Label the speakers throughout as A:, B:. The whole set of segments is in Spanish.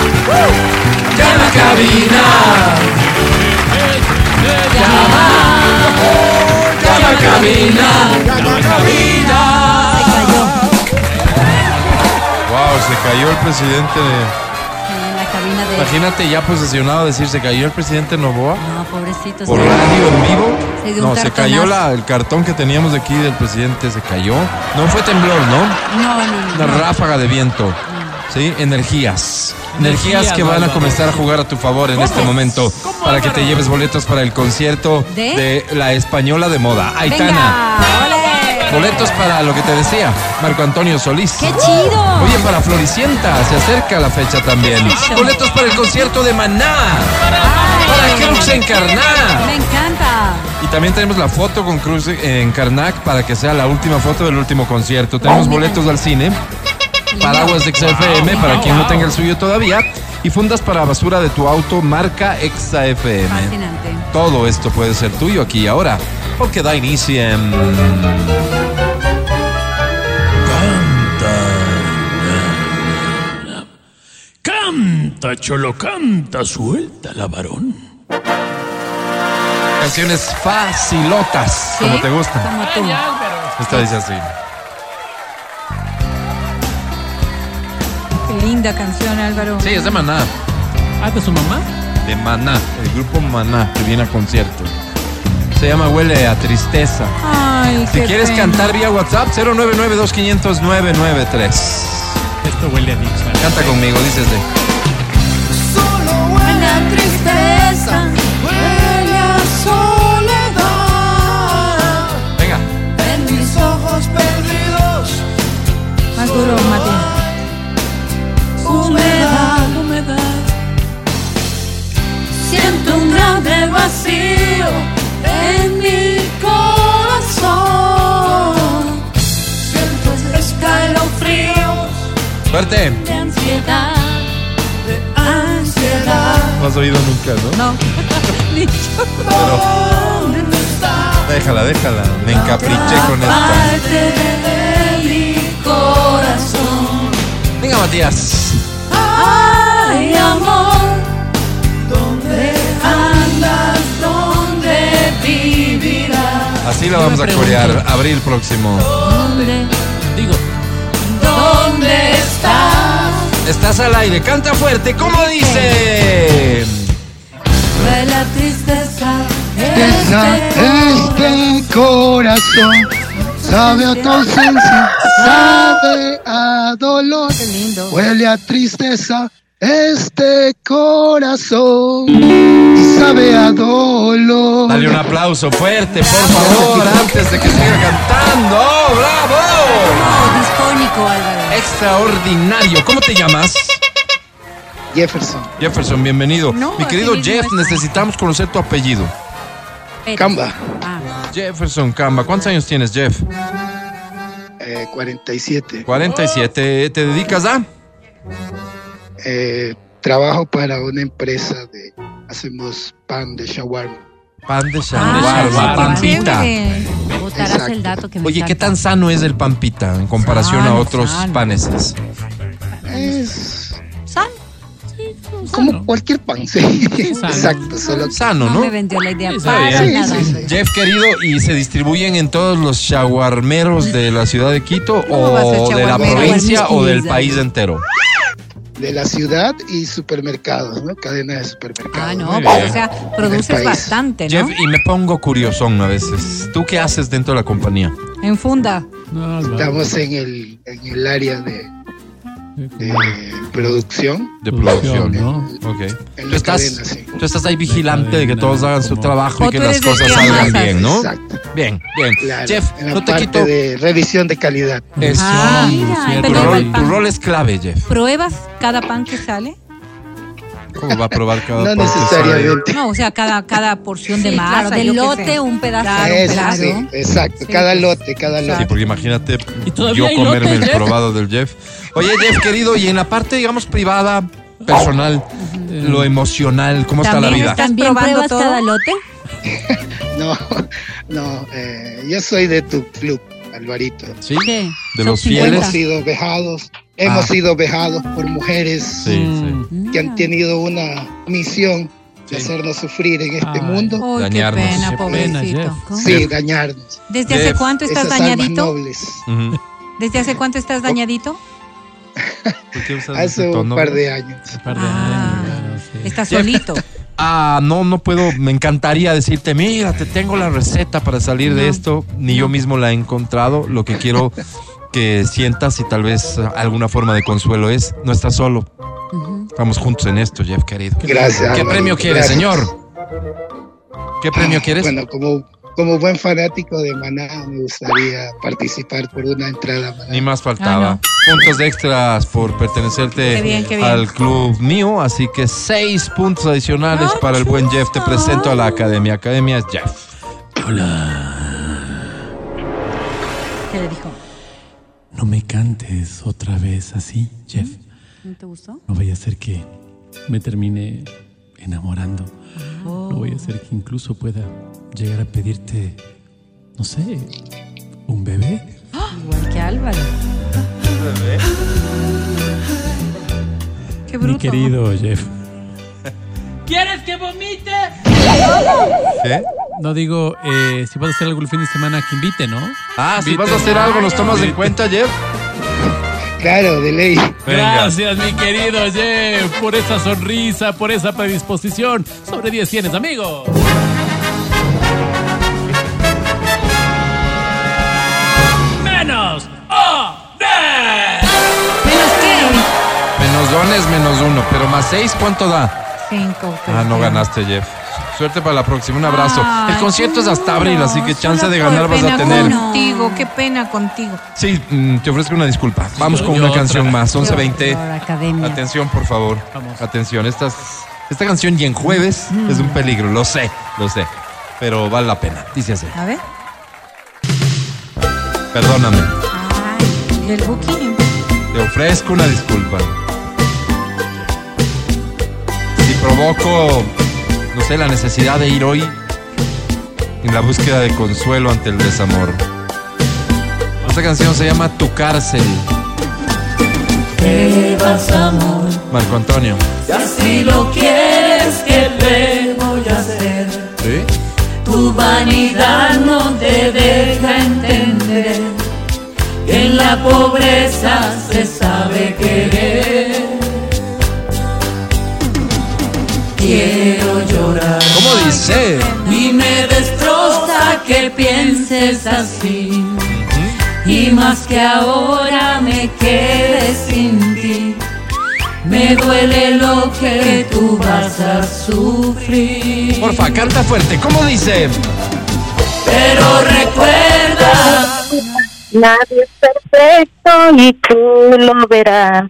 A: Llama a cabina. Llama. Llama a cabina. Llama a cabina.
B: Wow, se cayó el presidente de...
C: en la cabina de...
B: Imagínate ya posesionado decir, se cayó el presidente Novoa
C: No, pobrecito.
B: por
C: se-
B: radio en vivo.
C: Se dio un
B: No, se
C: cartonazo.
B: cayó la, el cartón que teníamos de aquí del presidente, se cayó. No fue temblor, ¿no?
C: No, no, no.
B: Una ráfaga de viento. Sí, energías. Energías
D: Energías,
B: que van a
D: Bárbara.
B: comenzar a jugar a tu favor en este momento para que te lleves boletos para el concierto
C: ¿De?
B: de la española de moda, Aitana.
C: Venga, ole.
B: Boletos para lo que te decía, Marco Antonio Solís.
C: ¡Qué chido!
B: Oye, para Floricienta, se acerca la fecha también.
C: Eso.
B: Boletos para el concierto de Maná, para Crux Encarnada.
C: Me encanta.
B: Y también tenemos la foto con Cruz en Karnak para que sea la última foto del último concierto. Tenemos boletos al cine, paraguas de XFM para quien no tenga el suyo todavía y fundas para basura de tu auto marca XFM.
C: Fascinante.
B: Todo esto puede ser tuyo aquí y ahora, porque da inicio en...
D: Canta, cholo, canta, suelta la varón.
B: canciones facilotas,
C: ¿Sí?
B: como te gustan.
C: Como tú.
B: Esta dice así.
C: Qué linda canción, Álvaro.
B: Sí, es de Maná.
D: Ah, de su mamá.
B: De Maná, el grupo Maná que viene a concierto. Se llama Huele a Tristeza.
C: Ay,
B: Si
C: qué
B: quieres
C: pena.
B: cantar vía WhatsApp, 099-2500-993.
D: Esto huele a dicha.
B: Canta conmigo, dices de.
C: Una tristeza.
E: Huele a soledad
B: Venga.
E: en mis ojos perdidos,
C: Más duro, Mati.
E: humedad.
C: humedad.
E: Siento un grande vacío en mi corazón. Siento escalofríos
B: Suerte.
E: de ansiedad, de ansiedad.
B: No has oído nunca, ¿no?
C: No. Ni yo.
E: ¿Dónde está
B: Déjala, déjala. Me encapriché con esta.
E: parte de mi corazón?
B: Venga, Matías.
E: Ay, amor, ¿dónde andas? ¿Dónde vivirás?
B: Así la vamos a corear. Abril próximo.
D: Digo,
E: ¿Dónde estás?
B: Estás al aire. Canta fuerte. ¿Cómo dice?
E: Fue la tristeza.
F: tristeza este corazón sabe a tu ausencia, sabe a dolor,
C: Qué lindo.
F: huele a tristeza este corazón, sabe a dolor.
B: Dale un aplauso fuerte, por favor, antes de que siga cantando. ¡Bravo!
C: No, disfónico, Álvaro.
B: Extraordinario. ¿Cómo te llamas?
F: Jefferson,
B: Jefferson, bienvenido.
C: No,
B: Mi querido
C: así mismo
B: Jeff,
C: es.
B: necesitamos conocer tu apellido.
C: Pérez.
F: Camba,
C: Ah,
B: Jefferson Camba, ¿cuántos años tienes, Jeff?
F: eh, 47,
B: 47. ¿Te dedicas a?
F: eh, trabajo para una empresa de, hacemos pan de shawarma.
B: Pan de
C: Ah,
B: shawarma,
C: sí,
B: pampita.
C: chévere. Botarás el
F: Exacto.
C: dato que me
B: Oye, ¿qué
C: encanta.
B: tan sano es el pampita en comparación a
C: Sano,
B: otros
C: sano.
B: panes?
F: Es
C: Sal.
F: como cualquier pan, sí. Exacto, solo
B: Sano,
C: No,
B: ¿no?
C: me vendió la idea
D: Sí, está
C: para
B: bien.
C: nada.
F: Sí, sí, sí.
B: Jeff, querido, ¿y se distribuyen en todos los shawarmeros de la ciudad de Quito
C: ¿Cómo va a ser
B: o de la
C: shawarmero?
B: provincia o del
C: Shawarmero.
B: país entero?
F: de la ciudad y supermercados, ¿no? Cadena de supermercados.
C: Ah, no,
B: Muy
C: pues,
B: bien.
C: o sea, produces
F: país.
C: bastante, ¿no?
B: Jeff, y me pongo curiosón a veces. ¿Tú qué haces dentro de la compañía?
C: En funda.
D: no, no.
F: Estamos en el, en el área de, de producción.
B: De producción.
D: ¿no?
B: Ok.
F: En
B: Tú
F: la
B: estás,
F: cadena, sí.
B: tú estás ahí vigilante de que
D: cadena,
B: todos hagan su
D: como-
B: trabajo y
C: O
B: que
C: tú
B: las
C: eres el
B: cosas
C: que
B: salgan
C: amasas.
B: bien, ¿no?
F: Exacto.
B: Bien, bien.
F: Claro,
B: Jeff,
F: en la
B: no te
F: parte
B: quito.
F: de revisión de calidad.
B: Eso.
C: Ah, mira,
D: cierto.
B: tu,
C: pero
D: Rol-
C: no
B: rol,
C: el
B: tu
C: pan.
B: rol es clave, Jeff.
C: ¿Pruebas cada pan que sale?
B: ¿Cómo va a probar cada
F: No
B: parte?
F: necesariamente.
C: No, o sea, cada, cada porción de
G: Sí,
C: mar,
G: claro,
C: de
G: yo qué
C: lote,
G: sé.
C: un pedazo.
F: Eso,
C: claro.
F: sí, exacto.
C: Sí,
F: cada
C: sí. pues.
F: lote, cada
B: Sí,
F: lote.
B: porque imagínate
D: Y todavía
B: yo
D: hay
B: comerme
D: lotes,
B: el
D: Jeff.
B: probado del Jeff. Oye, Jeff, querido, y en la parte, digamos, privada, personal, lo emocional, ¿cómo está la
C: ¿También,
B: vida?
C: ¿Estás
G: ¿También
C: probando
G: pruebas
C: cada
G: cada
C: lote?
F: No, no. eh, yo soy de tu club, Alvarito.
B: ¿Sí?
C: Sí.
B: De los
C: Son
F: Hemos
B: fieles.
F: sido vejados Hemos
B: Ah.
F: sido vejados por mujeres
B: Sí, sí.
D: Mm.
F: que han tenido una misión
B: Sí.
F: de hacernos sufrir en este
D: Ay.
F: mundo.
C: Ay, qué
B: Dañarnos.
C: pena,
D: Qué pena,
C: pobrecito.
D: Jeff.
C: ¿Cómo?
F: Sí, dañarnos.
C: ¿Desde
B: Jeff.
C: hace cuánto estás
F: Esas almas
C: dañadito?
F: nobles.
B: Ujú.
C: ¿Desde hace cuánto
G: Oh.
C: estás dañadito?
B: ¿Por qué usas
F: Hace
B: ese
F: un
B: tono?
F: par de años.
D: par de
C: Ah.
D: años, sí.
C: Estás
B: Jeff.
C: solito.
B: Ah, no, no puedo. Me encantaría decirte, mira, te tengo la receta para salir de
C: No.
B: esto. Ni yo mismo la he encontrado. Lo que quiero que sientas y tal vez ah, alguna forma de consuelo es, no estás solo. Estamos juntos en esto, Jeff, querido.
F: Gracias.
B: ¿Qué
F: Álvaro.
B: premio quieres,
F: Gracias.
B: señor? ¿Qué premio quieres?
F: Bueno, como, como buen fanático de Maná, me gustaría participar por una entrada a Maná.
B: Ni más faltaba. Puntos de extras por pertenecerte
C: Ah, Qué bien, qué bien.
B: al club mío, así que seis puntos adicionales
C: Ah,
B: para el buen Jeff. Te
C: chuta.
B: presento a la academia. Academia es Jeff.
C: ¿Qué le dijo?
D: No me cantes otra vez así, Jeff.
C: ¿No te gustó?
D: No vaya a ser que me termine enamorando. No vaya a ser que incluso pueda llegar a pedirte, no sé, un bebé.
C: Igual que Álvaro. Qué bruto.
D: Mi querido Jeff.
E: ¿Quieres que vomite?
B: ¿Qué?
D: No digo, eh, si vas a hacer algo el fin de semana, que invite, ¿no?
B: Ah, si
D: Invite.
B: vas a hacer algo, ¿nos tomas en cuenta, Jeff?
F: Claro, de ley.
B: Venga.
D: Gracias, mi querido Jeff, por esa sonrisa, por esa predisposición. Sobre 10 tienes, amigo.
C: ¿Menos
D: Menos.
C: qué?
B: Menos dos es menos uno, pero más seis, ¿cuánto da?
C: Cinco.
B: Ah, no
C: perfecto.
B: ganaste, Jeff. Suerte para la próxima, un abrazo. el
C: Pues Ay,
B: concierto es hasta
C: no,
B: abril, así que
C: solo
B: chance de
C: qué
B: ganar vas a
C: pena
B: tener.
C: Contigo, qué pena contigo.
B: Sí, mm, te ofrezco una disculpa. Vamos
D: yo-
B: con
D: yo
B: una
D: otra.
B: canción más,
C: Qué
B: 11.20.
C: horror, academia.
B: Atención, por favor.
D: Vamos.
B: Atención, esta, es- esta canción y en jueves es un peligro, lo sé, lo sé. Pero vale la pena, dice así.
C: A ver.
B: Perdóname,
C: Ay, ¿y el booking.
B: te ofrezco una disculpa. Si provoco, no sé, la necesidad de ir hoy en la búsqueda de consuelo ante el desamor. Esta canción se llama Tu cárcel,
E: Te vas, amor.
B: Marco Antonio.
E: Si así lo quieres, ¿qué te voy a hacer?
B: ¿Sí?
E: Tu vanidad no te deja entender que en la pobreza se sabe querer. Quiero llorar
B: ¿Cómo dice?
E: y me destroza que pienses así. Y más que ahora me quede sin ti. Me duele lo que tú vas a sufrir.
B: Porfa, canta fuerte. ¿Cómo dice?
E: Pero recuerda
G: Nadie es perfecto y tú lo verás.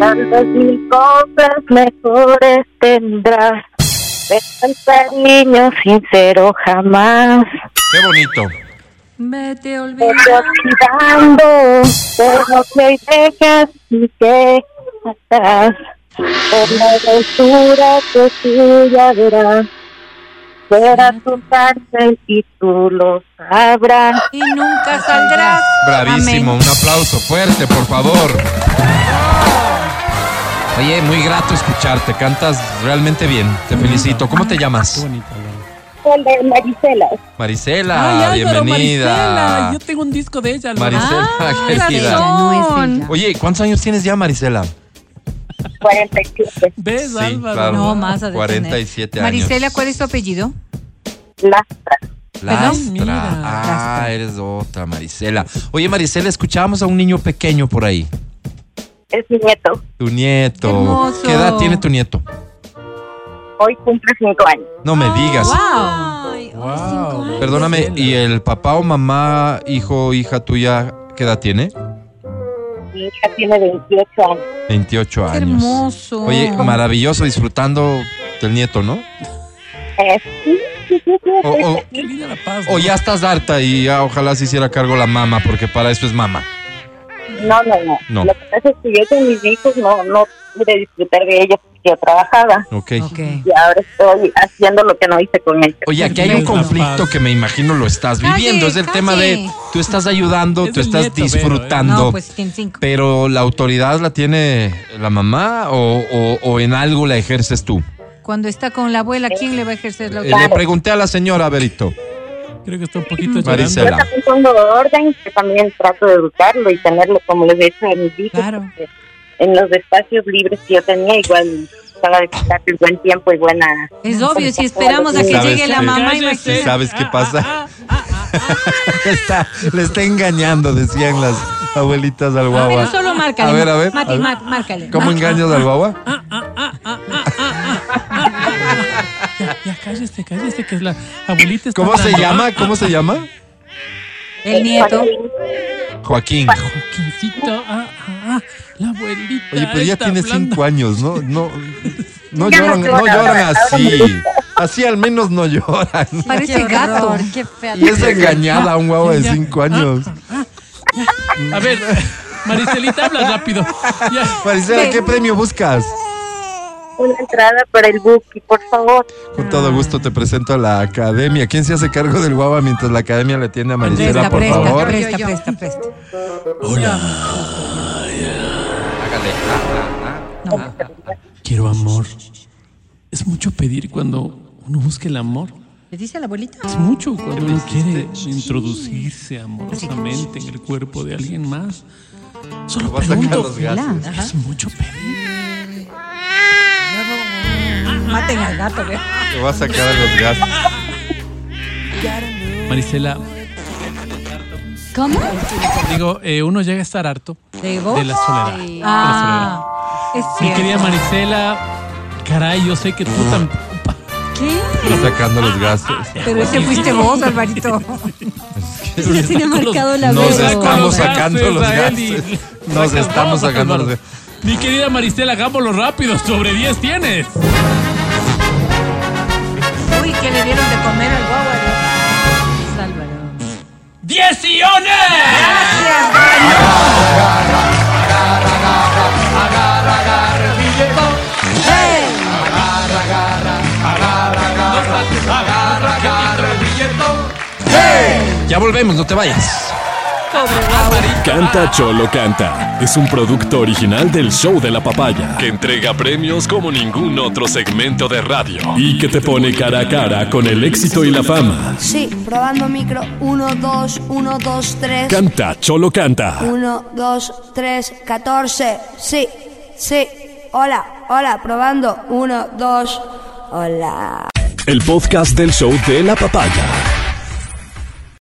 G: Tantas mil cosas mejores tendrás. Pero el cariño sincero jamás.
B: Qué bonito.
E: Vete
G: Te
E: olvidando.
G: olvidando de lo que dejas y que atrás. Por la dulzura que tú ya verás. Será tu cárcel y tú lo sabrás.
C: Y nunca saldrás.
B: Bravísimo, un aplauso fuerte, por favor. Oye, muy grato escucharte, cantas realmente bien, te felicito. ¿Cómo
C: Ah,
B: te
D: Qué
B: llamas?
D: bonito, Álvaro.
G: Hola, Marisela.
B: Marisela, Ah, bienvenida.
D: Ah, Yo tengo un disco de ella, Álvaro.
B: Marisela,
C: la
B: querida.
C: no es ella.
B: Oye, ¿cuántos años tienes ya, Marisela?
G: 47.
D: ¿Ves,
B: Sí,
D: Álvaro?
B: claro.
C: No, más a
B: 47 años.
C: Marisela, ¿cuál es tu apellido?
G: Lastra.
C: Perdón,
B: Lastra.
D: mira,
B: Ah, eres otra, Marisela. Oye, Marisela, escuchábamos a un niño pequeño por ahí.
G: Es mi nieto.
B: Tu nieto.
C: Hermoso.
B: ¿Qué edad tiene tu nieto?
G: Hoy cumple 5 años.
B: No me digas.
C: Wow.
D: Wow.
B: Perdóname, ¿y el papá o mamá, hijo o hija tuya, qué edad tiene?
G: Mi hija tiene 28 años.
B: 28
C: Qué
B: años.
C: hermoso.
B: Oye, maravilloso, disfrutando del nieto, ¿no?
G: Eh, sí, sí, sí, sí,
B: O,
G: estoy
B: o-
G: feliz.
D: Qué linda la paz.
B: o Oh, ya estás harta y ya ojalá se hiciera cargo la mamá, porque para eso es mamá.
G: No, no, no,
B: No.
G: Lo que pasa es que yo con mis hijos no, no pude disfrutar de ellos. porque yo trabajaba
B: Ok.
E: Ok.
G: y ahora estoy haciendo lo que no hice con ella.
B: Oye, aquí hay un
D: Perfecto.
B: conflicto que me imagino lo estás
C: Calle,
B: viviendo. Es el
C: calle.
B: tema de tú estás ayudando,
D: Es
B: tú
D: el
B: estás
D: nieto, pero, ¿eh?
B: disfrutando.
C: No, pues tiene cinco.
B: Pero la autoridad la tiene la mamá o, o- o en algo la ejerces tú.
C: Cuando está con la abuela, ¿quién le va a ejercer la
B: Eh, le
C: autoridad?
B: pregunté a la señora, Berito.
D: Creo que está un poquito llorando.
B: Maricela.
G: Yo también pongo orden, yo también trato de educarlo y tenerlo como les he hecho a mis hijos.
C: Claro.
G: porque En los espacios libres que yo tenía, igual estaba de quitarle el buen tiempo y buena.
C: Es obvio, si esperamos a que
B: ¿Sabes?
C: llegue la mamá, imagínate.
B: ¿Sabes qué
D: Ah,
B: pasa? le, está, le está engañando, decían las abuelitas al
D: Ah,
C: A
B: guagua.
C: ver, solo márcale.
B: A ver, a ver.
C: Mati,
B: a ver.
C: ma- márcale.
B: ¿Cómo engañas al guagua?
D: ah, Ya, ya, cállese, cállese, que es la abuelita está
B: ¿Cómo se
D: hablando.
B: llama? ¿Cómo se llama?
C: El nieto.
B: Joaquín.
D: Joaquincito, ah, ah, ah, la abuelita.
B: Oye, pero ya
D: está
B: tiene
D: hablando.
B: cinco años, ¿no? No, no
G: Ya no
B: lloran, no
G: lloran,
B: lloran
G: ahora
B: así. Así al menos no lloran.
C: Parece gato.
E: Qué fea.
B: Y es engañada a un guagua de
D: Ya, Ah, ya.
B: cinco años.
D: A ver, Maricelita, habla rápido. Ya.
B: Maricela, ¿qué premio buscas?
G: Una entrada para el buki, por favor.
B: Con
D: Ah.
B: todo gusto te presento a la academia. ¿Quién se hace cargo del guagua mientras la academia le tiene a Maricela,
C: Presta,
B: por
C: presta,
B: favor?
C: presta, presta, presta.
D: Quiero amor. Es mucho pedir cuando uno busca el amor.
C: ¿Le dice a la abuelita?
D: Es mucho cuando uno quiere introducirse amorosamente en el cuerpo de alguien más. Solo
B: Va a sacar
D: pregunto,
B: los gatos.
D: es mucho pedir.
C: Maten al gato, ve.
B: Te va a sacar a los gatos.
D: Marisela,
E: ¿Cómo?
D: digo, eh, uno llega a estar harto
C: ¿Llegó?
D: de la soledad. de la soledad.
C: Ah, es
D: Mi
C: cierto.
D: querida Marisela, caray, yo sé que tú tampoco.
C: ¿Qué?
B: Está sacando los gastos.
C: Pero ese fuiste vos, Alvarito.
E: Ya se le ha marcado la
B: Nos
E: veo.
B: estamos sacando los
D: a él y-
B: gastos. Nos estamos sacando los gastos.
D: Mi querida Marisela, hagámoslo rápido. Sobre 10 tienes.
C: Uy, que le dieron de comer al guagua. Álvaro.
D: ¡10 sillones!
B: Ya volvemos, no te vayas.
H: Canta Cholo Canta es un producto original del show de la papaya que entrega premios como ningún otro segmento de radio y que te pone cara a cara con el éxito y la fama.
I: Sí, probando micro. 1, 2, 1, 2, 3.
H: Canta Cholo Canta.
I: 1, 2, 3, 14. Sí, sí. Hola, hola, probando. 1, 2. Hola.
H: El podcast del show de la papaya.